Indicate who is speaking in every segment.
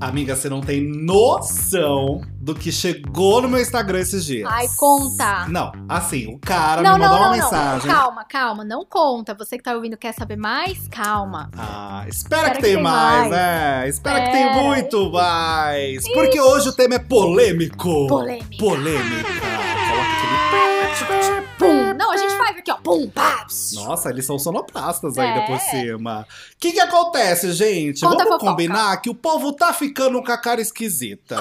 Speaker 1: Amiga, você não tem noção do que chegou no meu Instagram esses dias.
Speaker 2: Ai, conta.
Speaker 1: Não, assim, o cara
Speaker 2: não,
Speaker 1: me
Speaker 2: não,
Speaker 1: mandou
Speaker 2: não,
Speaker 1: uma
Speaker 2: não.
Speaker 1: mensagem.
Speaker 2: Calma, calma, não conta. Você que tá ouvindo quer saber mais? Calma.
Speaker 1: Ah, espera que, tem mais, né? Espera que tem
Speaker 2: Espera.
Speaker 1: muito mais. Porque hoje o tema é polêmico.
Speaker 2: Polêmica.
Speaker 1: Polêmica. Coloca aquele...
Speaker 2: Pum! Não, a gente faz aqui, ó. Pum, pá. pss.
Speaker 1: Nossa, eles são sonoplastas
Speaker 2: É.
Speaker 1: ainda por cima. O que, que acontece, gente?
Speaker 2: Conta a
Speaker 1: Vamos
Speaker 2: fofoca.
Speaker 1: combinar que o povo tá ficando com a cara esquisita.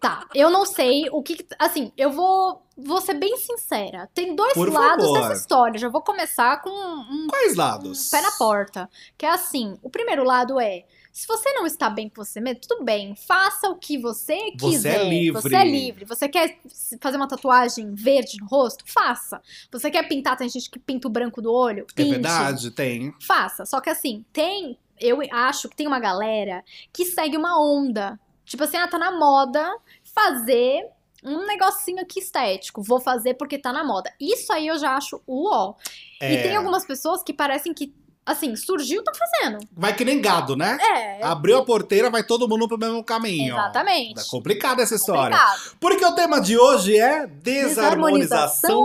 Speaker 2: Tá, eu não sei o que. que- Assim, eu vou. Vou ser bem sincera. Tem dois
Speaker 1: Por
Speaker 2: lados
Speaker 1: favor.
Speaker 2: dessa história. Já vou começar com um,
Speaker 1: Quais
Speaker 2: um
Speaker 1: lados?
Speaker 2: pé na porta. Que é assim: o primeiro lado é. Se você não está bem com você mesmo, tudo bem. Faça o que você quiser.
Speaker 1: Você é livre.
Speaker 2: Você é livre. Você quer s- fazer uma tatuagem verde no rosto? Faça. Você quer pintar? Tem gente que pinta o branco do olho?
Speaker 1: É
Speaker 2: Pinte.
Speaker 1: verdade, tem.
Speaker 2: Faça. Só que assim, tem. Eu acho que tem uma galera que segue uma onda. Tipo assim, ah, tá na moda fazer um negocinho aqui estético. Vou fazer porque tá na moda. Isso aí eu já acho o ó.
Speaker 1: É.
Speaker 2: E tem algumas pessoas que parecem que, assim, surgiu, tá fazendo.
Speaker 1: Vai que nem gado, né?
Speaker 2: É.
Speaker 1: Abriu a porteira, vai todo mundo pro mesmo caminho.
Speaker 2: Exatamente.
Speaker 1: Tá complicada essa história.
Speaker 2: Complicado.
Speaker 1: Porque o tema de hoje é desarmonização,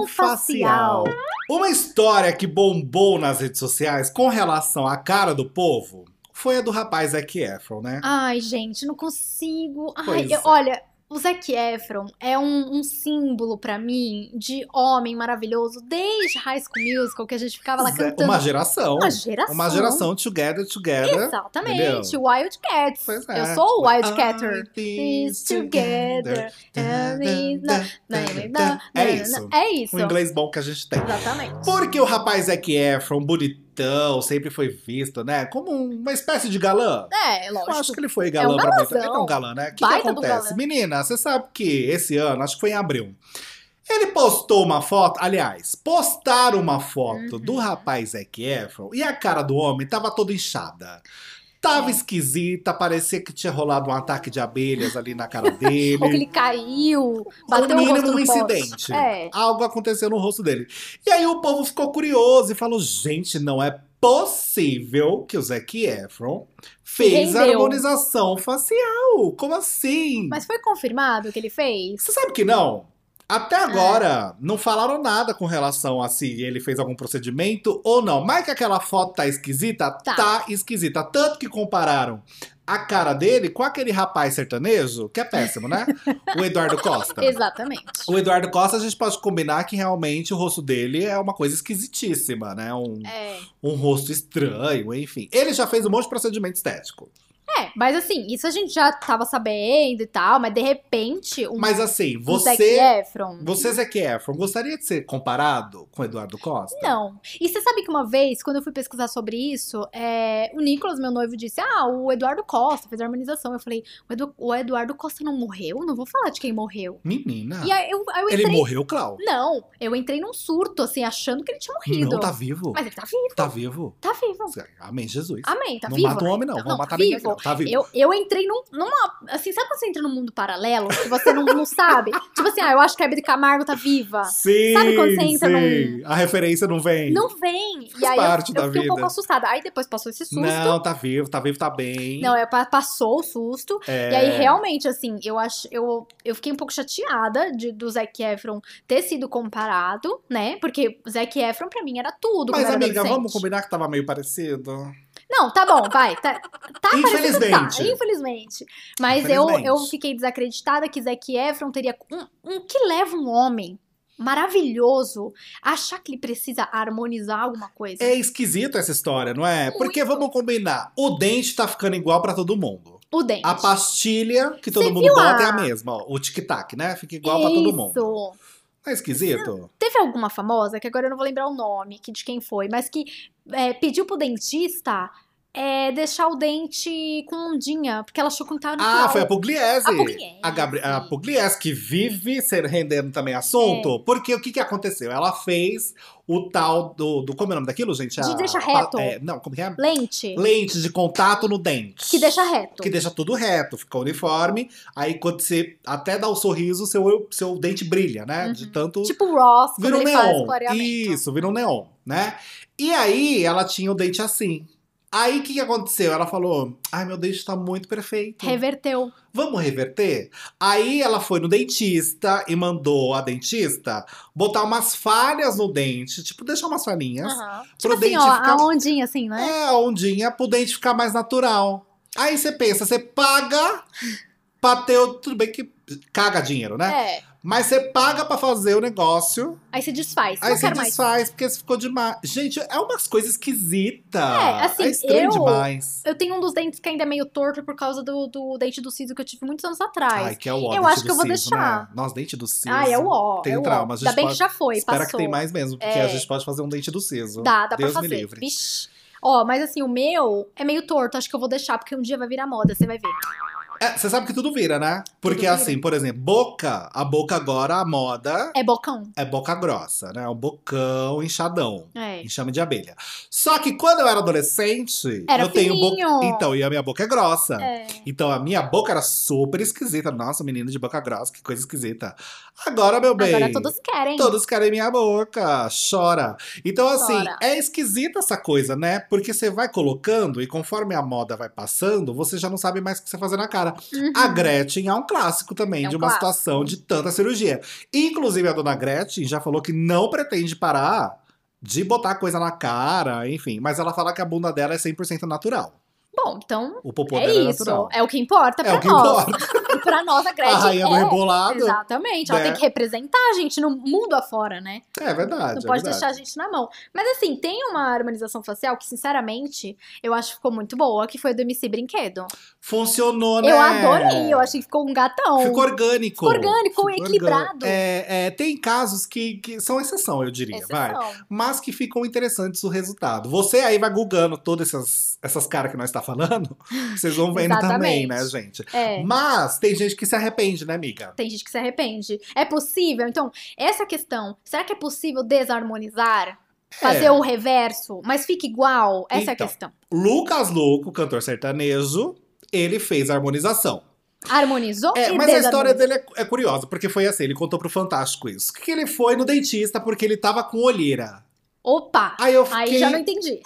Speaker 2: Desarmonização
Speaker 1: facial.
Speaker 2: facial.
Speaker 1: Uma história que bombou nas redes sociais com relação à cara do povo foi a do rapaz Zac Efron, né?
Speaker 2: Ai, gente, não consigo. Ai,
Speaker 1: Pois
Speaker 2: eu-
Speaker 1: é.
Speaker 2: olha, o Zac Efron é um, um símbolo pra mim de homem maravilhoso desde High School Musical, que a gente ficava lá
Speaker 1: Zé-
Speaker 2: cantando.
Speaker 1: Uma geração.
Speaker 2: Uma geração.
Speaker 1: Uma geração together, together.
Speaker 2: Exatamente. Wildcats.
Speaker 1: Pois é.
Speaker 2: Eu sou o Wildcatter.
Speaker 1: All things together. É isso.
Speaker 2: É isso.
Speaker 1: O inglês bom que a gente tem.
Speaker 2: Exatamente.
Speaker 1: Porque o rapaz é Zac Efron, um bonitão, sempre foi visto, né? Como uma espécie de galã.
Speaker 2: É,
Speaker 1: Eu acho
Speaker 2: lógico.
Speaker 1: que ele foi
Speaker 2: um
Speaker 1: galã pra muita.
Speaker 2: galãzão.
Speaker 1: Ele é um galã, né? O que, que
Speaker 2: Baita do
Speaker 1: acontece?
Speaker 2: galã.
Speaker 1: Menina, você sabe que esse ano, acho que foi em abril, ele postou uma foto, aliás, postaram uma foto
Speaker 2: Uhum.
Speaker 1: do rapaz é Zac Efron e a cara do homem tava toda inchada. Tava
Speaker 2: É.
Speaker 1: esquisita, parecia que tinha rolado um ataque de abelhas ali na cara dele.
Speaker 2: Ou que ele caiu,
Speaker 1: No
Speaker 2: bateu o rosto
Speaker 1: mínimo
Speaker 2: no
Speaker 1: um
Speaker 2: poste.
Speaker 1: incidente.
Speaker 2: É.
Speaker 1: Algo aconteceu no rosto dele. E aí o povo ficou curioso e falou: gente, não é possível que o Zac Efron fez a
Speaker 2: Rendeu.
Speaker 1: harmonização facial. Como assim?
Speaker 2: Mas foi confirmado o que ele fez?
Speaker 1: Você sabe que não? Até
Speaker 2: É.
Speaker 1: agora, não falaram nada com relação a se ele fez algum procedimento ou não. Mas que aquela foto tá esquisita, tá,
Speaker 2: Tá.
Speaker 1: esquisita. Tanto que compararam a cara dele com aquele rapaz sertanejo, que é péssimo, né? o Eduardo Costa.
Speaker 2: Exatamente.
Speaker 1: O Eduardo Costa, a gente pode combinar que realmente o rosto dele é uma coisa esquisitíssima, né? Um,
Speaker 2: É.
Speaker 1: um rosto estranho, enfim. Ele já fez um monte de procedimento estético.
Speaker 2: É, mas assim, isso a gente já tava sabendo e tal, mas de repente um,
Speaker 1: Mas assim,
Speaker 2: um Zac
Speaker 1: você.
Speaker 2: Efron.
Speaker 1: Você, Zac Efron, gostaria de ser comparado com o Eduardo Costa?
Speaker 2: Não. E você sabe que uma vez, quando eu fui pesquisar sobre isso, é, o Nicolas, meu noivo, disse: Ah, o Eduardo Costa fez a harmonização. Eu falei: o, Edu- o Eduardo Costa não morreu? Não vou falar de quem morreu.
Speaker 1: Menina.
Speaker 2: E aí eu, aí eu
Speaker 1: Ah. ele
Speaker 2: entrei.
Speaker 1: morreu, Clau.
Speaker 2: Não, eu entrei num surto, assim, achando que ele tinha morrido.
Speaker 1: Não, tá vivo.
Speaker 2: Mas ele tá vivo,
Speaker 1: Tá vivo.
Speaker 2: tá vivo.
Speaker 1: Amém, Jesus.
Speaker 2: Amém, tá
Speaker 1: não
Speaker 2: vivo.
Speaker 1: mata o
Speaker 2: né?
Speaker 1: homem, não.
Speaker 2: Tá-
Speaker 1: Vamos matar
Speaker 2: tá
Speaker 1: ninguém.
Speaker 2: vivo.
Speaker 1: Não. Tá vivo.
Speaker 2: Eu, eu entrei num, numa. Assim, sabe quando você entra num mundo paralelo? Que você não, não sabe? Tipo assim, ah, eu acho que a Hebe de Camargo tá viva.
Speaker 1: Sim,
Speaker 2: Sabe quando você entra
Speaker 1: sim. A referência não vem.
Speaker 2: Não vem.
Speaker 1: Faz
Speaker 2: e aí eu-
Speaker 1: parte
Speaker 2: eu,
Speaker 1: da
Speaker 2: fiquei
Speaker 1: vida.
Speaker 2: um pouco assustada. Aí depois passou esse susto.
Speaker 1: Não, tá vivo, tá vivo, tá bem.
Speaker 2: Não, é, pa- passou o susto.
Speaker 1: É.
Speaker 2: E aí, realmente, assim, eu acho. Eu, eu fiquei um pouco chateada de, do Zac Efron ter sido comparado, né? Porque o Zac Efron, pra mim, era tudo.
Speaker 1: Mas,
Speaker 2: quando eu era
Speaker 1: amiga, vamos
Speaker 2: adolescente.
Speaker 1: combinar que tava meio parecido?
Speaker 2: Não, tá bom, vai. Tá, tá parecendo que tá,
Speaker 1: Infelizmente.
Speaker 2: infelizmente. Mas eu,
Speaker 1: Infelizmente.
Speaker 2: eu fiquei desacreditada que Zac Efron teria. Um, um que leva um homem maravilhoso a achar que ele precisa harmonizar alguma coisa.
Speaker 1: É esquisito essa história, não é?
Speaker 2: Muito.
Speaker 1: Porque vamos combinar. O dente tá ficando igual pra todo mundo.
Speaker 2: O dente.
Speaker 1: A pastilha que todo
Speaker 2: Você
Speaker 1: mundo
Speaker 2: viu
Speaker 1: bota
Speaker 2: a-
Speaker 1: é a mesma, ó. O tic-tac, né? Fica igual pra todo mundo.
Speaker 2: Isso.
Speaker 1: Não é esquisito?
Speaker 2: Teve alguma famosa, que agora eu não vou lembrar o nome que de quem foi, mas que é, pediu pro dentista é, deixar o dente com ondinha, porque ela achou que não tava natural.
Speaker 1: Ah, foi a Pugliese.
Speaker 2: A Pugliese.
Speaker 1: A, Gabri- a Pugliese, que vive ser rendendo também assunto.
Speaker 2: É.
Speaker 1: Porque o que, que aconteceu? Ela fez o tal do, do- Como é o nome daquilo, gente?
Speaker 2: De
Speaker 1: A-
Speaker 2: deixa
Speaker 1: a-
Speaker 2: reto.
Speaker 1: é, não, como que é?
Speaker 2: Lente,
Speaker 1: Lente de contato no dente.
Speaker 2: que deixa reto.
Speaker 1: Que deixa tudo reto, fica uniforme. Aí quando você até dá o sorriso, seu, seu dente brilha, né? De tanto.
Speaker 2: Tipo o Ross, quando
Speaker 1: Virou
Speaker 2: ele faz
Speaker 1: neon.
Speaker 2: o clareamento.
Speaker 1: Isso, virou neon, né? E aí ela tinha o dente assim. Aí o que, que aconteceu? Ela falou: Ai, meu dente tá muito perfeito.
Speaker 2: Reverteu.
Speaker 1: Vamos reverter? Aí ela foi no dentista e mandou a dentista botar umas falhas no dente, tipo, deixar umas falhinhas.
Speaker 2: Aham.
Speaker 1: Pro
Speaker 2: Tipo assim,
Speaker 1: dente
Speaker 2: ó,
Speaker 1: ficar-
Speaker 2: a ondinha assim, né?
Speaker 1: É, a ondinha pro dente ficar mais natural. Aí você pensa, você paga pra ter o. Tudo bem que caga dinheiro, né?
Speaker 2: É.
Speaker 1: Mas você paga pra fazer o negócio.
Speaker 2: Aí se desfaz.
Speaker 1: Aí
Speaker 2: não
Speaker 1: você
Speaker 2: quero mais.
Speaker 1: desfaz, porque ficou demais. Gente, é umas coisas esquisitas.
Speaker 2: É, assim,
Speaker 1: é estranho
Speaker 2: eu-
Speaker 1: demais.
Speaker 2: Eu tenho um dos dentes que ainda é meio torto por causa do, do dente do siso que eu tive muitos anos
Speaker 1: Ai,
Speaker 2: atrás.
Speaker 1: que é o ó,
Speaker 2: eu
Speaker 1: dente
Speaker 2: acho
Speaker 1: do
Speaker 2: que eu vou
Speaker 1: siso,
Speaker 2: deixar.
Speaker 1: Né? Nossa, dente do siso.
Speaker 2: Ah, é o ó.
Speaker 1: Tem
Speaker 2: é o ó.
Speaker 1: trauma, a gente
Speaker 2: Ainda bem que
Speaker 1: pode-
Speaker 2: já foi,
Speaker 1: Espera
Speaker 2: passou.
Speaker 1: que tem mais mesmo, porque
Speaker 2: É.
Speaker 1: a gente pode fazer um dente do siso.
Speaker 2: Dá, dá
Speaker 1: Deus
Speaker 2: pra
Speaker 1: me
Speaker 2: fazer.
Speaker 1: livre.
Speaker 2: Vixe. Ó, mas assim, o meu é meio torto, acho que eu vou deixar, porque um dia vai virar moda, você vai ver.
Speaker 1: É, você sabe que tudo vira, né? Porque
Speaker 2: vira.
Speaker 1: assim, por exemplo, boca. A boca agora, a moda
Speaker 2: É bocão.
Speaker 1: é boca grossa, né? É um bocão inchadão.
Speaker 2: É.
Speaker 1: Enxame de abelha. Só que quando eu era adolescente,
Speaker 2: Era
Speaker 1: eu tenho boca.
Speaker 2: fininho.
Speaker 1: Então, e a minha boca é grossa.
Speaker 2: É.
Speaker 1: Então a minha boca era super esquisita. Nossa, menino de boca grossa, que coisa esquisita. Agora, meu bem.
Speaker 2: Agora todos querem.
Speaker 1: todos querem minha boca, chora. Então, assim,
Speaker 2: Chora.
Speaker 1: é esquisita essa coisa, né? Porque você vai colocando e conforme a moda vai passando, você já não sabe mais o que você fazer na cara.
Speaker 2: Uhum.
Speaker 1: A Gretchen é um clássico também,
Speaker 2: É um
Speaker 1: de uma
Speaker 2: clássico.
Speaker 1: situação de tanta cirurgia. Inclusive, a dona Gretchen já falou que não pretende parar de botar coisa na cara, enfim. Mas ela fala que a bunda dela é 100% natural.
Speaker 2: Bom, então
Speaker 1: O popô
Speaker 2: é
Speaker 1: dela é
Speaker 2: isso.
Speaker 1: natural.
Speaker 2: É o que importa pra
Speaker 1: É o que
Speaker 2: nós.
Speaker 1: importa.
Speaker 2: pra nós, a Gretchen
Speaker 1: A rainha do
Speaker 2: é.
Speaker 1: rebolado.
Speaker 2: Exatamente, ela
Speaker 1: né?
Speaker 2: tem que representar a gente no mundo afora, né?
Speaker 1: É verdade.
Speaker 2: Não
Speaker 1: é
Speaker 2: pode
Speaker 1: verdade.
Speaker 2: deixar a gente na mão. Mas assim, tem uma harmonização facial que, sinceramente, eu acho que ficou muito boa, que foi do MC Brinquedo.
Speaker 1: Funcionou, né?
Speaker 2: Eu adorei, eu achei que ficou um gatão.
Speaker 1: Ficou orgânico.
Speaker 2: Ficou orgânico,
Speaker 1: Ficou
Speaker 2: equilibrado.
Speaker 1: É, é, tem casos que, que são exceção, eu diria, É, vai.
Speaker 2: Exceção.
Speaker 1: Mas que ficam interessantes o resultado. Você aí vai googando todas essas, essas caras que nós está falando, vocês vão vendo também,
Speaker 2: Exatamente.
Speaker 1: né, gente?
Speaker 2: É.
Speaker 1: Mas tem gente que se arrepende, né, amiga?
Speaker 2: Tem gente que se arrepende. É possível? Então, essa questão, será que é possível desarmonizar? Fazer
Speaker 1: É.
Speaker 2: o reverso, mas fica igual? Essa é
Speaker 1: Então.
Speaker 2: a questão.
Speaker 1: Lucas Louco, cantor sertanejo, ele fez a harmonização.
Speaker 2: Harmonizou
Speaker 1: É,
Speaker 2: e
Speaker 1: mas a história
Speaker 2: desarmonizou.
Speaker 1: dele é, é curiosa, porque foi assim, ele contou pro Fantástico isso. Que ele foi no dentista porque ele tava com olheira.
Speaker 2: Opa!
Speaker 1: Aí eu
Speaker 2: Aí
Speaker 1: fiquei,
Speaker 2: já não entendi.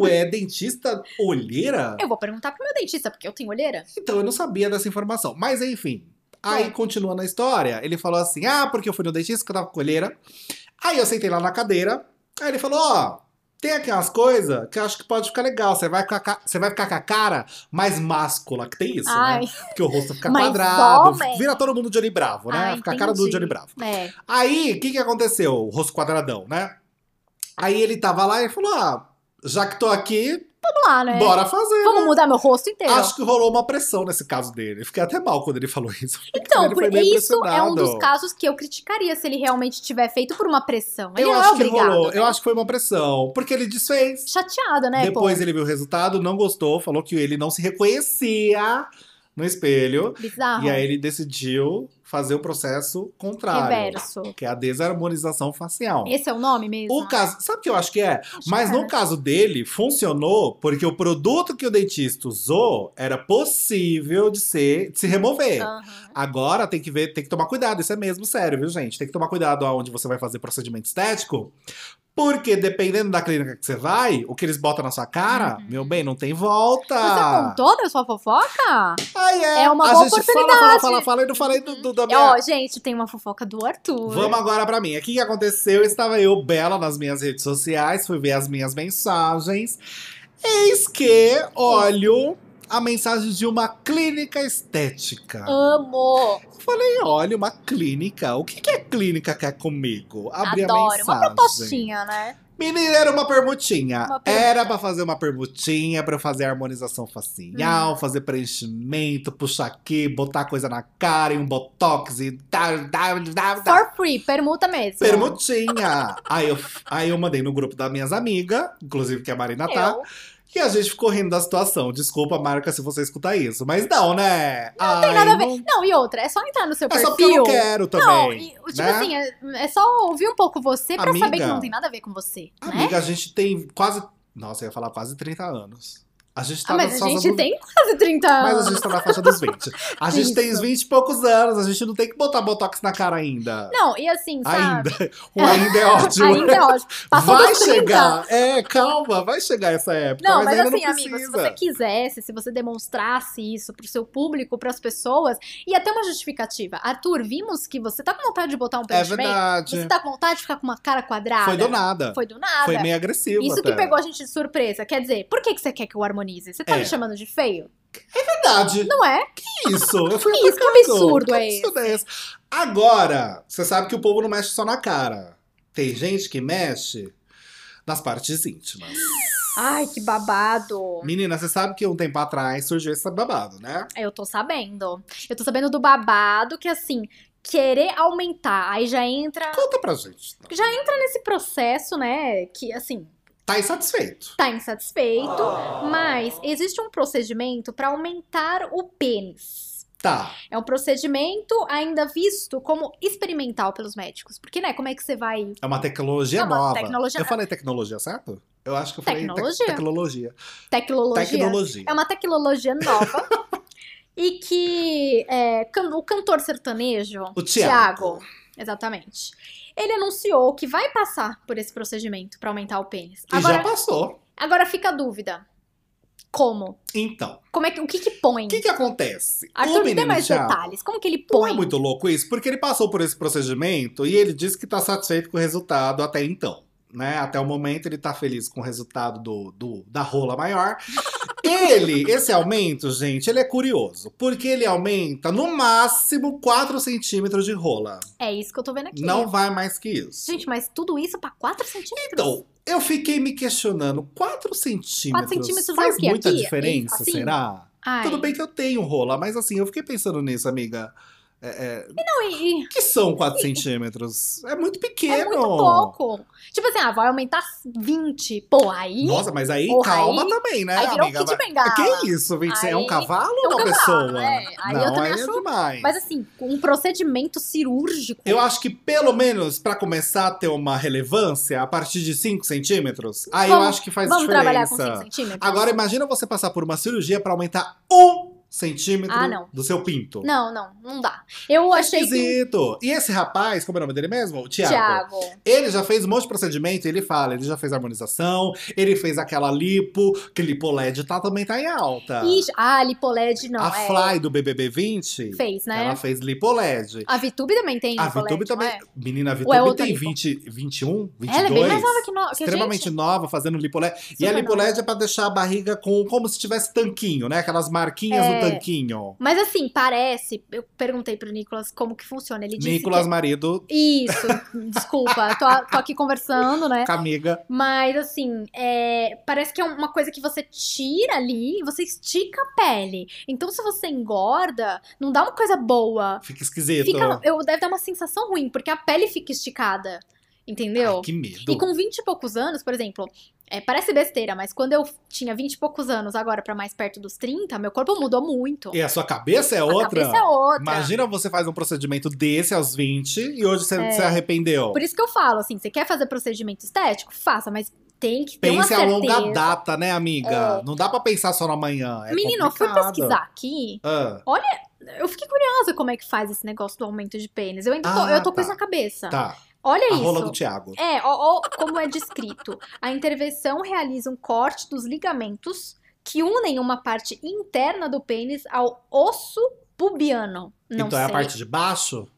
Speaker 1: ué, dentista olheira?
Speaker 2: Eu vou perguntar pro meu dentista, porque eu tenho olheira.
Speaker 1: Então eu não sabia dessa informação. Mas enfim. Aí
Speaker 2: É.
Speaker 1: continua na história. Ele falou assim: ah, porque eu fui no dentista que eu tava com olheira. Aí eu sentei lá na cadeira. Aí ele falou: ó, tem aqui umas coisas que eu acho que pode ficar legal. Você vai, com a ca- você vai ficar com a cara mais máscula, que tem isso,
Speaker 2: Ai,
Speaker 1: né? Porque o rosto fica
Speaker 2: Mas
Speaker 1: quadrado.
Speaker 2: homem.
Speaker 1: Vira todo mundo Johnny Bravo, né?
Speaker 2: Ah,
Speaker 1: fica a cara do
Speaker 2: entendi.
Speaker 1: Johnny Bravo.
Speaker 2: é.
Speaker 1: Aí, o que que aconteceu? O rosto quadradão, né? Aí ele tava lá e falou: ah, já que tô aqui,
Speaker 2: Vamos lá, né?
Speaker 1: bora fazer.
Speaker 2: Vamos mudar meu rosto inteiro.
Speaker 1: Acho que rolou uma pressão nesse caso dele. Fiquei até mal quando ele falou isso.
Speaker 2: Então,
Speaker 1: Ele
Speaker 2: por
Speaker 1: foi meio
Speaker 2: isso é um dos
Speaker 1: pressionado.
Speaker 2: casos que eu criticaria se ele realmente tiver feito por uma pressão. Ele
Speaker 1: eu
Speaker 2: não
Speaker 1: acho
Speaker 2: é obrigado.
Speaker 1: que rolou.
Speaker 2: né?
Speaker 1: Eu acho que foi uma pressão. Porque ele desfez.
Speaker 2: Chateada, né?
Speaker 1: Depois
Speaker 2: pô?
Speaker 1: ele viu o resultado, não gostou, falou que ele não se reconhecia no espelho.
Speaker 2: Bizarro.
Speaker 1: E aí ele decidiu fazer o processo contrário.
Speaker 2: Reverso.
Speaker 1: Que é a desarmonização facial.
Speaker 2: Esse é o nome mesmo?
Speaker 1: O caso, sabe o que eu acho que é?
Speaker 2: Acho
Speaker 1: Mas
Speaker 2: que
Speaker 1: no
Speaker 2: é.
Speaker 1: caso dele, funcionou porque o produto que o dentista usou era possível de ser, de se remover.
Speaker 2: Aham.
Speaker 1: Agora tem que ver, tem que tomar cuidado, isso é mesmo sério, viu, gente? Tem que tomar cuidado aonde você vai fazer procedimento estético, porque dependendo da clínica que você vai, o que eles botam na sua cara, meu bem, não tem volta.
Speaker 2: Uhum. Você contou da sua fofoca?
Speaker 1: Ai, é.
Speaker 2: É uma
Speaker 1: A
Speaker 2: boa
Speaker 1: gente fala, fala,
Speaker 2: oportunidade. É né?
Speaker 1: fala, fala e não falei do, do- da minha.
Speaker 2: Ó, gente, tem uma fofoca do Arthur.
Speaker 1: Vamos agora pra mim. O que que aconteceu? Estava eu, Bela, nas minhas redes sociais, fui ver as minhas mensagens. Eis que olho a mensagem de uma clínica estética.
Speaker 2: Amo.
Speaker 1: Falei, olha, uma clínica. O que, que é clínica quer comigo? Abri a
Speaker 2: Adoro.
Speaker 1: mensagem.
Speaker 2: Uma propostinha, né?
Speaker 1: Menina, era uma permutinha.
Speaker 2: Uma permuta.
Speaker 1: era pra fazer uma permutinha, pra eu fazer harmonização
Speaker 2: Hum.
Speaker 1: facial, fazer preenchimento, puxar aqui, botar coisa na cara, e um botox e tal, tal, tal, tal.
Speaker 2: For free, permuta mesmo.
Speaker 1: Permutinha! aí, eu, aí eu mandei no grupo das minhas amigas, inclusive que é a Marina
Speaker 2: Eu.
Speaker 1: tá. E a gente ficou rindo da situação. Desculpa, marca, se você escutar isso. Mas não, né? Não
Speaker 2: Tem nada a ver. Não, e outra, é só entrar no seu
Speaker 1: É
Speaker 2: perfil.
Speaker 1: só porque eu não quero também.
Speaker 2: Não, e, tipo
Speaker 1: né?
Speaker 2: assim, é, é só ouvir um pouco você pra
Speaker 1: Amiga.
Speaker 2: saber que não tem nada a ver com você, né?
Speaker 1: Amiga, a gente tem quase. Nossa, eu ia falar quase 30 anos. A gente tá
Speaker 2: Ah,
Speaker 1: na
Speaker 2: mas a
Speaker 1: faixa
Speaker 2: gente
Speaker 1: do-
Speaker 2: tem quase 30 anos.
Speaker 1: Mas a gente tá na faixa dos 20. A gente tem
Speaker 2: Isso.
Speaker 1: 20 e poucos anos, a gente não tem que botar botox na cara ainda.
Speaker 2: Não, e assim, sabe?
Speaker 1: Ainda. O ainda é ótimo.
Speaker 2: Ainda é ótimo. Passou
Speaker 1: vai
Speaker 2: dos 30.
Speaker 1: chegar. É, calma, vai chegar essa época.
Speaker 2: Não,
Speaker 1: mas,
Speaker 2: mas,
Speaker 1: ainda
Speaker 2: assim,
Speaker 1: não
Speaker 2: amigo,
Speaker 1: precisa.
Speaker 2: se você quisesse, se você demonstrasse isso pro seu público, pras pessoas, ia ter uma justificativa. Arthur, vimos que você tá com vontade de botar um
Speaker 1: É
Speaker 2: preenchimento?
Speaker 1: verdade.
Speaker 2: você tá com vontade de ficar com uma cara quadrada?
Speaker 1: Foi do nada.
Speaker 2: Foi do nada.
Speaker 1: Foi meio agressivo.
Speaker 2: Isso
Speaker 1: até.
Speaker 2: que pegou a gente de surpresa. Quer dizer, por que, que você quer que eu harmonize? Você tá
Speaker 1: É.
Speaker 2: me chamando de feio?
Speaker 1: Verdade.
Speaker 2: Não é?
Speaker 1: Que isso? Eu fui
Speaker 2: Que isso? Que
Speaker 1: atacado.
Speaker 2: absurdo é
Speaker 1: é esse? Agora, você sabe que o povo não mexe só na cara. Tem gente que mexe nas partes íntimas.
Speaker 2: Ai, que babado.
Speaker 1: Menina, você sabe que um tempo atrás surgiu esse babado, né?
Speaker 2: Eu tô sabendo. Eu tô sabendo do babado que, assim, querer aumentar, aí já entra.
Speaker 1: Conta pra gente. então.
Speaker 2: Já entra nesse processo, né? Que, assim,
Speaker 1: Tá insatisfeito.
Speaker 2: tá insatisfeito, mas existe um procedimento pra aumentar o pênis.
Speaker 1: Tá.
Speaker 2: É um procedimento ainda visto como experimental pelos médicos. Porque, né, como é que você vai.
Speaker 1: É uma tecnologia
Speaker 2: É uma
Speaker 1: nova.
Speaker 2: tecnologia-
Speaker 1: Eu falei tecnologia, certo? Eu acho que eu falei tec-
Speaker 2: Tecnologia.
Speaker 1: tecnologia.
Speaker 2: Tecnologia.
Speaker 1: Tecnologia.
Speaker 2: É uma tecnologia nova. e que é, can- o cantor sertanejo,
Speaker 1: O Thiago.
Speaker 2: Thiago, exatamente. Ele anunciou que vai passar por esse procedimento pra aumentar o pênis.
Speaker 1: E
Speaker 2: um- Agora,
Speaker 1: já passou.
Speaker 2: agora fica a dúvida. Como?
Speaker 1: Então,
Speaker 2: Como é que o que que põe?
Speaker 1: o que que acontece? o
Speaker 2: Arthur, me dê
Speaker 1: menino
Speaker 2: mais
Speaker 1: Thiago,
Speaker 2: detalhes. Como que ele
Speaker 1: Não é
Speaker 2: põe?
Speaker 1: muito louco isso? Porque ele passou por esse procedimento e ele disse que tá satisfeito com o resultado até então. Né? Até o momento ele tá feliz com o resultado do, do- da rola maior. Ele, esse aumento, gente, ele é curioso. Porque ele aumenta no máximo 4 centímetros de rola.
Speaker 2: É isso que eu tô vendo aqui.
Speaker 1: Não vai mais que isso.
Speaker 2: Gente, mas tudo isso pra 4 centímetros?
Speaker 1: Então, eu fiquei me questionando, 4 centímetros,
Speaker 2: centímetros
Speaker 1: faz
Speaker 2: é o quê?
Speaker 1: muita
Speaker 2: Aqui?
Speaker 1: diferença,
Speaker 2: Assim?
Speaker 1: será?
Speaker 2: Ai.
Speaker 1: Tudo bem que eu tenho rola, mas assim, eu fiquei pensando nisso, amiga. É, é,
Speaker 2: Não, e- e
Speaker 1: o que são 4 centímetros? É muito pequeno.
Speaker 2: é muito pouco. Tipo assim, ah, vai aumentar 20. Pô, aí,
Speaker 1: Nossa, mas aí
Speaker 2: Porra,
Speaker 1: calma
Speaker 2: aí-
Speaker 1: também, né,
Speaker 2: aí virou
Speaker 1: amiga?
Speaker 2: um kit
Speaker 1: Vai-
Speaker 2: bengala.
Speaker 1: Que isso, Vinci? É um
Speaker 2: Aí-
Speaker 1: cavalo ou
Speaker 2: é um
Speaker 1: uma
Speaker 2: cavalo,
Speaker 1: pessoa?
Speaker 2: é. Aí eu
Speaker 1: Não,
Speaker 2: também
Speaker 1: aí é
Speaker 2: acho-
Speaker 1: demais.
Speaker 2: Mas assim, é. com um procedimento cirúrgico.
Speaker 1: Eu acho que pelo menos pra começar a ter uma relevância a partir de 5 centímetros, aí eu
Speaker 2: Vamos-
Speaker 1: acho que faz
Speaker 2: Vamos
Speaker 1: diferença.
Speaker 2: trabalhar com 5 centímetros?
Speaker 1: Agora é imagina você passar por uma cirurgia pra aumentar um centímetro
Speaker 2: Ah, não.
Speaker 1: do seu pinto.
Speaker 2: Não, não, não dá. Eu achei que.
Speaker 1: Esquisito. E esse rapaz, como é o nome dele mesmo? O Thiago.
Speaker 2: Tiago.
Speaker 1: Ele já fez um monte de procedimento, ele fala, ele já fez harmonização, ele fez aquela lipo, que lipo LED tá, também tá em alta.
Speaker 2: Ixi, ah, Lipoled não.
Speaker 1: a
Speaker 2: é,
Speaker 1: Fly do BBB20,
Speaker 2: Fez, né?
Speaker 1: ela fez lipo LED.
Speaker 2: A Vitube também tem
Speaker 1: A
Speaker 2: Lipoled,
Speaker 1: Vitube
Speaker 2: não
Speaker 1: também.
Speaker 2: é?
Speaker 1: Menina, a
Speaker 2: Ou é
Speaker 1: Vitube
Speaker 2: outra
Speaker 1: tem
Speaker 2: lipo?
Speaker 1: 20, 21, 22.
Speaker 2: Ela é bem mais nova que, no... que a
Speaker 1: extremamente
Speaker 2: gente.
Speaker 1: nova, fazendo lipoled. E a
Speaker 2: Super
Speaker 1: lipoled é pra deixar a barriga com como se tivesse tanquinho, né? Aquelas marquinhas do
Speaker 2: É.
Speaker 1: tanquinho.
Speaker 2: Mas assim, parece. Eu perguntei pro Nicolas como que funciona. Ele disse
Speaker 1: Nicolas Marido,
Speaker 2: que. Isso, desculpa, tô, tô aqui conversando, né?
Speaker 1: com a amiga.
Speaker 2: Mas assim, é, parece que é uma coisa que você tira ali e você estica a pele. Então, se você engorda, não dá uma coisa boa.
Speaker 1: Fica esquisito.
Speaker 2: Fica, eu, deve dar uma sensação ruim, porque a pele fica esticada. Entendeu?
Speaker 1: Ai, Ah, que medo.
Speaker 2: E com 20 e poucos anos, por exemplo, é, parece besteira, mas quando eu tinha 20 e poucos anos, agora pra mais perto dos 30, meu corpo mudou muito.
Speaker 1: E a sua cabeça é outra?
Speaker 2: A cabeça é outra.
Speaker 1: Imagina você faz um procedimento desse aos 20 e hoje você
Speaker 2: É.
Speaker 1: se arrependeu.
Speaker 2: Por isso que eu falo, assim, você quer fazer procedimento estético? Faça, mas tem que ter uma
Speaker 1: Pense a
Speaker 2: certeza. É.
Speaker 1: longa data, né, amiga? Não dá pra pensar só no amanhã. É
Speaker 2: Menino, eu fui
Speaker 1: complicado.
Speaker 2: pesquisar aqui.
Speaker 1: Ah,
Speaker 2: Eu fiquei curiosa como é que faz esse negócio do aumento de pênis. Eu ainda tô,
Speaker 1: Ah,
Speaker 2: eu tô
Speaker 1: tá.
Speaker 2: com isso na cabeça.
Speaker 1: tá. a
Speaker 2: Olha isso.
Speaker 1: rola do Thiago.
Speaker 2: É, ó, ó como é descrito. A intervenção realiza um corte dos ligamentos que unem uma parte interna do pênis ao osso pubiano. Não
Speaker 1: então
Speaker 2: sei.
Speaker 1: é a parte de baixo?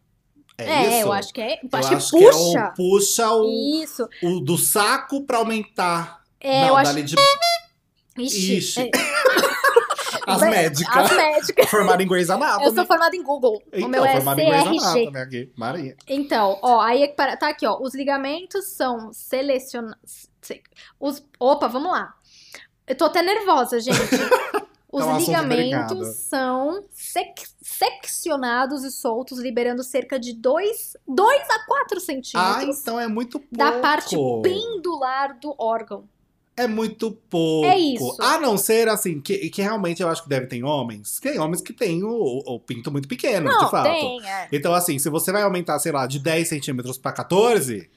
Speaker 1: É,
Speaker 2: É,
Speaker 1: isso?
Speaker 2: eu acho que é.
Speaker 1: Eu
Speaker 2: acho que
Speaker 1: acho que é o-
Speaker 2: puxa.
Speaker 1: puxa o,
Speaker 2: Isso.
Speaker 1: o do saco pra aumentar.
Speaker 2: É,
Speaker 1: Não,
Speaker 2: eu acho.
Speaker 1: dali de
Speaker 2: Ixi.
Speaker 1: Ixi.
Speaker 2: é,
Speaker 1: as
Speaker 2: vai-
Speaker 1: médicas.
Speaker 2: As médicas.
Speaker 1: Formada em Grey's Anatomy.
Speaker 2: Eu sou formada em Google.
Speaker 1: Então,
Speaker 2: o meu é
Speaker 1: formada em Grey's
Speaker 2: CRG.
Speaker 1: Anatomy aqui. Maria.
Speaker 2: Então, ó, aí é que para- tá aqui, ó. Os ligamentos são selecionados. Os... Opa, vamos lá. Eu tô até nervosa, gente. Os
Speaker 1: É um assunto delicado.
Speaker 2: ligamentos são sec- seccionados e soltos, liberando cerca de 2 dois a 4
Speaker 1: Ah,
Speaker 2: centímetros
Speaker 1: então é muito pouco.
Speaker 2: da parte pendular do órgão.
Speaker 1: É muito pouco.
Speaker 2: É isso.
Speaker 1: A não ser, assim, que, que realmente eu acho que deve ter homens. Tem homens que têm o, o- o pinto muito pequeno,
Speaker 2: Não,
Speaker 1: Hum, de fato.
Speaker 2: tem. é.
Speaker 1: Então, assim, se você vai aumentar, sei lá, de 10 centímetros pra 14,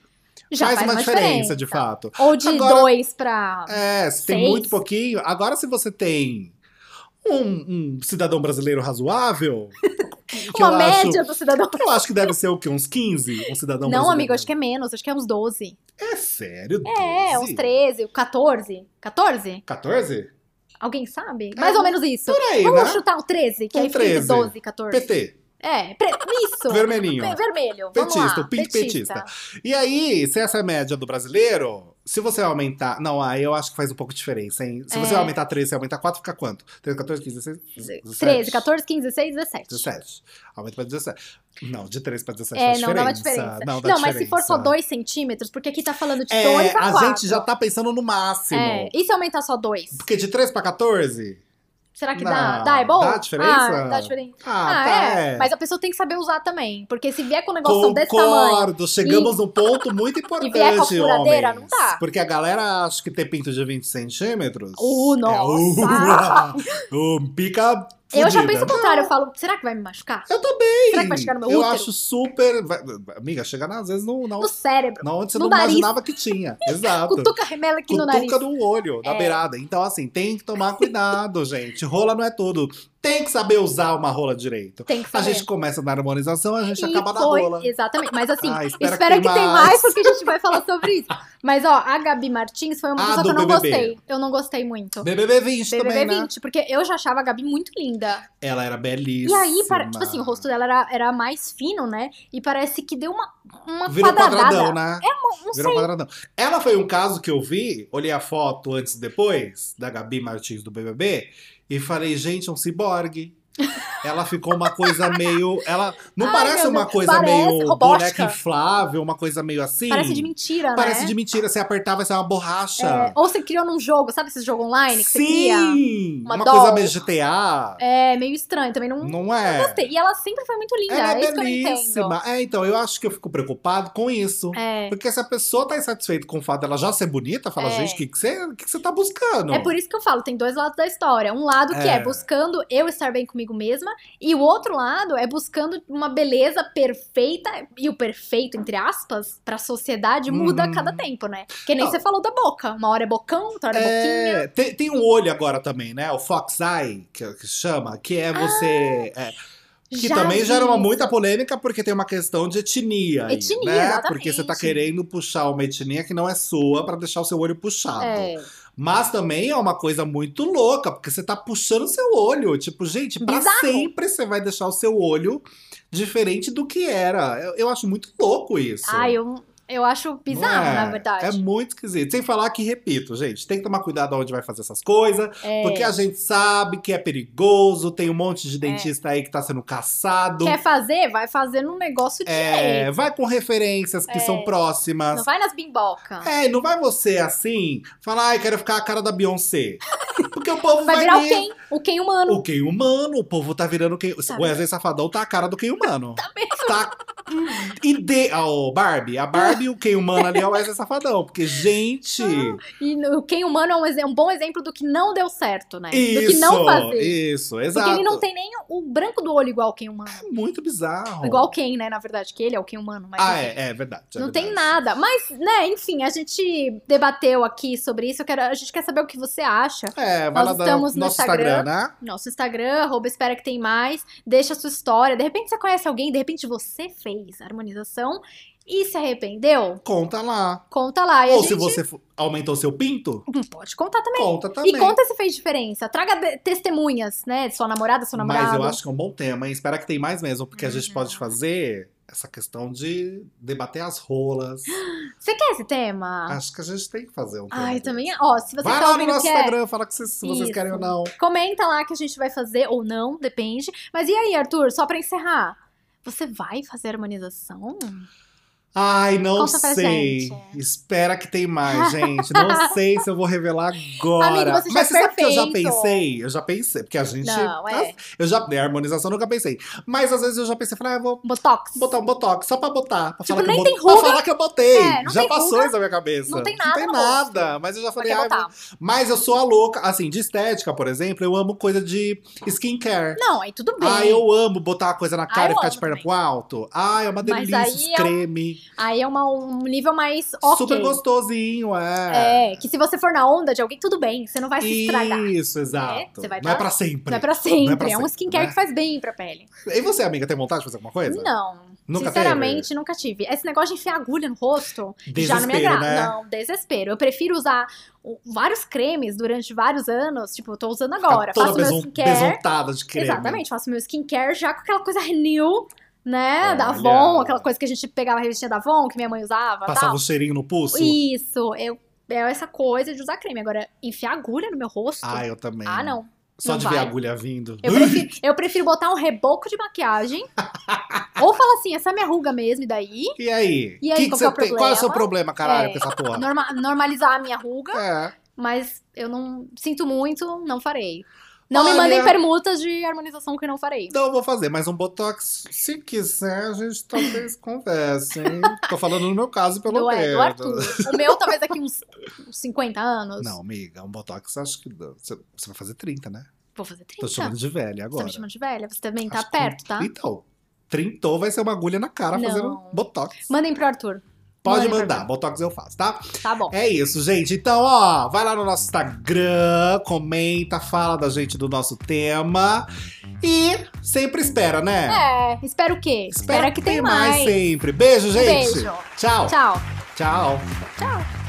Speaker 2: Já
Speaker 1: faz, uma diferença, de fato.
Speaker 2: Ou de
Speaker 1: Agora-
Speaker 2: dois pra.
Speaker 1: É, se tem
Speaker 2: Seis.
Speaker 1: muito pouquinho. Agora, se você tem um, um cidadão brasileiro razoável, que
Speaker 2: uma
Speaker 1: eu
Speaker 2: média do cidadão.
Speaker 1: acho. Eu acho que deve ser o quê? Uns 15? Um cidadão brasileiro.
Speaker 2: Não, amigo, acho que é menos, acho que é uns 12.
Speaker 1: É sério?
Speaker 2: É,
Speaker 1: 12?
Speaker 2: uns 13, 14. 14?
Speaker 1: 14?
Speaker 2: Alguém sabe? Mais ou menos isso.
Speaker 1: Por aí,
Speaker 2: Vamos
Speaker 1: É, né?
Speaker 2: chutar o 13, que é
Speaker 1: Um
Speaker 2: aí fica entre
Speaker 1: 13.
Speaker 2: 12, 14.
Speaker 1: PT,
Speaker 2: É, pre- isso.
Speaker 1: vermelhinho.
Speaker 2: Pe- Vermelho. Vamos
Speaker 1: Petista,
Speaker 2: lá.
Speaker 1: o pinto petista. E aí, se essa é a média do brasileiro, se você aumentar. Não, aí eu acho que faz um pouco de diferença, hein? Se você
Speaker 2: É.
Speaker 1: aumentar 13 e aumentar 4, fica quanto? 13, 14, 15, 16?
Speaker 2: 13, 14, 15, 16, 17.
Speaker 1: 17. Aumenta pra 17. Não, de 13 pra 17
Speaker 2: É,
Speaker 1: faz
Speaker 2: não dá uma
Speaker 1: diferença.
Speaker 2: diferença.
Speaker 1: Não,
Speaker 2: Não,
Speaker 1: dá
Speaker 2: mas se for só
Speaker 1: diferença.
Speaker 2: 2 centímetros, porque aqui tá falando de 2
Speaker 1: É,
Speaker 2: a
Speaker 1: a
Speaker 2: 4.
Speaker 1: gente já tá pensando no máximo.
Speaker 2: É, e se aumentar só 2?
Speaker 1: Porque de 3 pra 14?
Speaker 2: Será que
Speaker 1: Não,
Speaker 2: dá? Dá, é bom?
Speaker 1: dá diferença?
Speaker 2: Ah, dá diferença.
Speaker 1: Ah,
Speaker 2: Ah,
Speaker 1: tá.
Speaker 2: é. Mas a pessoa tem que saber usar também. Porque se vier com um negócio desse tamanho.
Speaker 1: Concordo, chegamos num ponto muito importante,
Speaker 2: vier com a furadeira,
Speaker 1: homens.
Speaker 2: não dá.
Speaker 1: Porque a galera acha que ter pinto de 20 centímetros...
Speaker 2: Uh, nossa!
Speaker 1: É, uh, uh, pica
Speaker 2: Eu já
Speaker 1: fudida.
Speaker 2: penso o contrário, eu falo, será que vai me machucar?
Speaker 1: Eu também!
Speaker 2: Será que vai chegar no meu
Speaker 1: Eu
Speaker 2: útero?
Speaker 1: acho super... vai- Amiga, chegar às vezes no, na,
Speaker 2: No cérebro.
Speaker 1: na onde você
Speaker 2: no
Speaker 1: não
Speaker 2: nariz.
Speaker 1: imaginava que tinha. Exato.
Speaker 2: Cutuca a remela aqui no nariz.
Speaker 1: Cutuca no olho, na
Speaker 2: É.
Speaker 1: beirada. Então, assim, tem que tomar cuidado, gente. Rola não é tudo. Tem que saber usar uma rola direito.
Speaker 2: Tem que
Speaker 1: A
Speaker 2: saber.
Speaker 1: gente começa na harmonização, a gente
Speaker 2: É. E
Speaker 1: acaba na
Speaker 2: foi-
Speaker 1: rola.
Speaker 2: Exatamente. Mas assim,
Speaker 1: Ah,
Speaker 2: espero, que, tem mais, porque a gente vai falar sobre isso. Mas ó, a Gabi Martins foi uma
Speaker 1: Ah,
Speaker 2: pessoa que
Speaker 1: do
Speaker 2: eu não
Speaker 1: BBB.
Speaker 2: gostei. Eu não gostei muito.
Speaker 1: BBB 20 também,
Speaker 2: BBB
Speaker 1: né?
Speaker 2: 20, porque eu já achava a Gabi muito linda.
Speaker 1: Ela era
Speaker 2: E
Speaker 1: belíssima.
Speaker 2: aí, para, tipo assim, o rosto dela era, era mais fino, né? E parece que deu uma, uma
Speaker 1: Virou quadradão,
Speaker 2: quadradada.
Speaker 1: né?
Speaker 2: Não sei.
Speaker 1: Virou quadradão. Ela foi um caso que eu vi, olhei a foto antes e depois, da Gabi Martins do BBB, e falei, gente, é um ciborgue. Ela ficou uma coisa meio. Ela. Não
Speaker 2: Ai,
Speaker 1: parece
Speaker 2: meu
Speaker 1: uma
Speaker 2: Deus.
Speaker 1: coisa
Speaker 2: Parece
Speaker 1: meio
Speaker 2: robótica.
Speaker 1: boneca inflável, uma coisa meio assim?
Speaker 2: Parece de mentira, né?
Speaker 1: Parece de mentira. Você apertar, vai ser uma borracha.
Speaker 2: É, ou você criou num jogo, sabe esse jogo online que você cria?
Speaker 1: Sim! Uma,
Speaker 2: Uma
Speaker 1: coisa
Speaker 2: doll.
Speaker 1: meio GTA.
Speaker 2: É meio estranho, também não,
Speaker 1: Não é.
Speaker 2: gostei. E ela sempre foi muito linda,
Speaker 1: Ela
Speaker 2: é
Speaker 1: é
Speaker 2: isso que eu não entendo.
Speaker 1: belíssima. É, então, eu acho que eu fico preocupado com isso.
Speaker 2: É.
Speaker 1: Porque se a pessoa tá insatisfeita com o fato dela já ser bonita, fala,
Speaker 2: É.
Speaker 1: gente, o que, que, você, o que que você tá buscando?
Speaker 2: É por isso que eu falo, tem dois lados da história. Um lado que é.
Speaker 1: É.
Speaker 2: buscando eu estar bem comigo mesma, e o outro lado é buscando uma beleza perfeita, e o perfeito, entre aspas, pra sociedade muda a
Speaker 1: Uhum.
Speaker 2: cada tempo, né? Que nem
Speaker 1: Não.
Speaker 2: você falou da boca. Uma hora é bocão, outra hora é, boquinha.
Speaker 1: É, tem, tem um olho agora também, né? O Fox Eye, que, que chama, que é você. é, que também
Speaker 2: Ah, vi
Speaker 1: gera uma
Speaker 2: isso.
Speaker 1: muita polêmica, porque tem uma questão de etnia. aí,
Speaker 2: Etnia,
Speaker 1: né?
Speaker 2: exatamente.
Speaker 1: Porque você tá querendo puxar uma etnia que não é sua pra deixar o seu olho puxado.
Speaker 2: É,
Speaker 1: Mas também é uma coisa muito louca, porque você tá puxando seu olho. Tipo, gente, pra
Speaker 2: Bizarro.
Speaker 1: sempre você vai deixar o seu olho diferente do que era. Eu, eu acho muito louco isso.
Speaker 2: Ai, Ah, eu, eu acho
Speaker 1: Não
Speaker 2: bizarro,
Speaker 1: é?
Speaker 2: na verdade.
Speaker 1: É muito esquisito. Sem falar que, repito, gente, tem que tomar cuidado onde vai fazer essas coisas,
Speaker 2: É.
Speaker 1: porque a gente sabe que é perigoso, tem um monte de dentista aí que tá sendo caçado.
Speaker 2: Quer fazer? Vai fazer num negócio direito.
Speaker 1: É, vai com referências que
Speaker 2: É.
Speaker 1: são próximas.
Speaker 2: Não vai nas bimboca.
Speaker 1: É, e não vai você assim falar, ai, quero ficar a cara da Beyoncé. Porque o povo
Speaker 2: Vai
Speaker 1: vai,
Speaker 2: virar o
Speaker 1: ver.
Speaker 2: quem? O quem humano.
Speaker 1: O quem humano, o povo tá virando quem.
Speaker 2: Tá
Speaker 1: O Wesley Safadão tá a cara do quem humano. tá mesmo. Tá. E de. Ah, o Barbie. A Barbie, o quem humano ali é o Wesley Safadão. Porque, gente.
Speaker 2: E no- quem humano é um, exe- um bom exemplo do que não deu certo, né?
Speaker 1: Isso.
Speaker 2: do que não fazer.
Speaker 1: Isso, exato.
Speaker 2: Porque ele não tem nem o branco do olho igual quem humano.
Speaker 1: Muito bizarro.
Speaker 2: Igual quem, né? Na verdade, que ele é o quem humano. Mas
Speaker 1: Ah,
Speaker 2: enfim,
Speaker 1: é, é verdade. é
Speaker 2: não
Speaker 1: verdade.
Speaker 2: tem nada. Mas, né, enfim, a gente debateu aqui sobre isso. Eu quero, a gente quer saber o que você acha.
Speaker 1: É, vai
Speaker 2: Nós
Speaker 1: lá dar
Speaker 2: estamos
Speaker 1: nosso
Speaker 2: no
Speaker 1: Instagram,
Speaker 2: Instagram.
Speaker 1: né?
Speaker 2: Nosso Instagram, arroba espera que tem mais. Deixa a sua história. De repente você conhece alguém, de repente você fez a harmonização e se arrependeu.
Speaker 1: Conta lá.
Speaker 2: Conta lá. E a
Speaker 1: Ou se
Speaker 2: gente
Speaker 1: você fu- aumentou seu pinto,
Speaker 2: pode contar também.
Speaker 1: conta também.
Speaker 2: E conta se fez diferença. Traga de- testemunhas, né? de Sua namorada, seu namorado. Uhum.
Speaker 1: Mas eu acho que é um bom tema, hein? Espera que tem mais mesmo, porque a gente pode fazer essa questão de debater as rolas.
Speaker 2: Você quer esse tema?
Speaker 1: Acho que a gente tem que fazer um tema.
Speaker 2: Ah. Ai,
Speaker 1: desse.
Speaker 2: também. Ó, se você
Speaker 1: Vai
Speaker 2: tá
Speaker 1: lá no
Speaker 2: ouvindo
Speaker 1: nosso
Speaker 2: que é,
Speaker 1: Instagram, fala que vocês- se vocês
Speaker 2: Isso.
Speaker 1: querem ou não.
Speaker 2: comenta lá que a gente vai fazer ou não, depende. Mas e aí, Arthur, só pra encerrar, você vai fazer harmonização?
Speaker 1: Ai, não
Speaker 2: Conta pra
Speaker 1: sei.
Speaker 2: gente.
Speaker 1: Espera que tem mais, gente. Não sei se eu vou revelar agora.
Speaker 2: Amigo, você já
Speaker 1: Mas
Speaker 2: é
Speaker 1: você sabe que eu já
Speaker 2: perfeito.
Speaker 1: pensei? Eu já pensei, porque a gente.
Speaker 2: Não, é.
Speaker 1: Eu já. né, harmonização eu nunca pensei. Mas às vezes eu já pensei, falei, ah, eu vou
Speaker 2: Botox.
Speaker 1: botar um botox, só pra botar. Pra
Speaker 2: Tipo,
Speaker 1: falar
Speaker 2: nem
Speaker 1: que eu
Speaker 2: tem
Speaker 1: botei- pra
Speaker 2: ruga.
Speaker 1: falar que eu botei.
Speaker 2: É, não
Speaker 1: já
Speaker 2: tem
Speaker 1: passou
Speaker 2: ruga,
Speaker 1: isso na minha cabeça.
Speaker 2: não tem
Speaker 1: Não
Speaker 2: nada
Speaker 1: tem
Speaker 2: no rosto.
Speaker 1: nada. Mas eu já
Speaker 2: Pra
Speaker 1: falei,
Speaker 2: que
Speaker 1: ah, eu vou-
Speaker 2: botar?
Speaker 1: mas eu sou a louca. Assim, de estética, por exemplo, eu amo coisa de skincare.
Speaker 2: Não, aí tudo bem. Ah,
Speaker 1: Ah, eu amo botar a coisa na cara
Speaker 2: eu
Speaker 1: e ficar
Speaker 2: amo
Speaker 1: de perna
Speaker 2: também.
Speaker 1: pro alto. Ah, é uma
Speaker 2: Mas
Speaker 1: delícia,
Speaker 2: aí
Speaker 1: os
Speaker 2: é um-
Speaker 1: creme.
Speaker 2: Aí é uma- um nível mais ok.
Speaker 1: Super gostosinho, é.
Speaker 2: É, que se você for na onda de alguém, tudo bem. Você não vai se estragar.
Speaker 1: Isso, exato.
Speaker 2: Você vai
Speaker 1: não é
Speaker 2: pra-
Speaker 1: pra sempre.
Speaker 2: Não é pra sempre.
Speaker 1: Não é pra
Speaker 2: é um
Speaker 1: sempre,
Speaker 2: skincare
Speaker 1: né?
Speaker 2: que faz bem pra pele.
Speaker 1: E você, amiga, tem vontade de fazer alguma coisa?
Speaker 2: Não.
Speaker 1: Nunca
Speaker 2: sinceramente, nunca tive. Esse negócio de enfiar agulha no rosto
Speaker 1: teve?
Speaker 2: já não me agrada.
Speaker 1: Desespero, né?
Speaker 2: Não, desespero. Eu prefiro usar o- vários cremes durante vários anos. Tipo, eu tô usando agora.
Speaker 1: Ficar toda
Speaker 2: faço meu
Speaker 1: beson-
Speaker 2: skincare.
Speaker 1: besontada de né? creme.
Speaker 2: Exatamente, faço meu skincare já com aquela coisa renew, né? Da
Speaker 1: Olha.
Speaker 2: Avon, aquela coisa que a gente pegava a revistinha da Avon, que minha mãe usava.
Speaker 1: Passava
Speaker 2: tal.
Speaker 1: um cheirinho no pulso?
Speaker 2: Isso, eu, é essa coisa de usar creme. Agora, enfiar agulha no meu rosto?
Speaker 1: Ah, eu também.
Speaker 2: ah, não.
Speaker 1: Só
Speaker 2: não
Speaker 1: de ver
Speaker 2: vai.
Speaker 1: a agulha vindo.
Speaker 2: Eu prefiro, eu prefiro botar um reboco de maquiagem. ou falar assim, essa é minha ruga mesmo, e daí?
Speaker 1: E aí?
Speaker 2: E aí,
Speaker 1: que que você
Speaker 2: qual que é o
Speaker 1: tem? Qual é o seu problema,
Speaker 2: problema?
Speaker 1: caralho,
Speaker 2: É.
Speaker 1: com essa porra?
Speaker 2: norma- normalizar a minha ruga,
Speaker 1: É.
Speaker 2: mas eu não sinto muito, não farei. Não me
Speaker 1: Olha.
Speaker 2: mandem permutas de harmonização que não farei.
Speaker 1: Então eu vou fazer mais um Botox. Se quiser, a gente talvez converse, hein? Tô falando no meu caso, pelo
Speaker 2: Do, é, do
Speaker 1: menos.
Speaker 2: Arthur. O meu, talvez daqui uns uns 50 anos.
Speaker 1: Não, amiga, um Botox acho que. dá. Você você vai fazer 30, né?
Speaker 2: Vou fazer 30.
Speaker 1: Tô te chamando de velha
Speaker 2: Você tá
Speaker 1: agora.
Speaker 2: me chamando de velha? Você também tá
Speaker 1: Acho que-
Speaker 2: perto, tá?
Speaker 1: Então, trintou vai ser uma agulha na cara
Speaker 2: Não.
Speaker 1: fazendo Botox.
Speaker 2: Mandem pro Arthur.
Speaker 1: Pode
Speaker 2: Mandem pra
Speaker 1: mandar,
Speaker 2: mim.
Speaker 1: Botox eu faço, tá?
Speaker 2: Tá bom.
Speaker 1: É isso, gente. Então, ó, vai lá no nosso Instagram, comenta, fala da gente do nosso tema. E sempre espera, né?
Speaker 2: É, espera o quê? Espera, que tem mais. Um
Speaker 1: sempre. Beijo, gente.
Speaker 2: Beijo.
Speaker 1: Tchau.
Speaker 2: Tchau.
Speaker 1: Tchau.
Speaker 2: Tchau.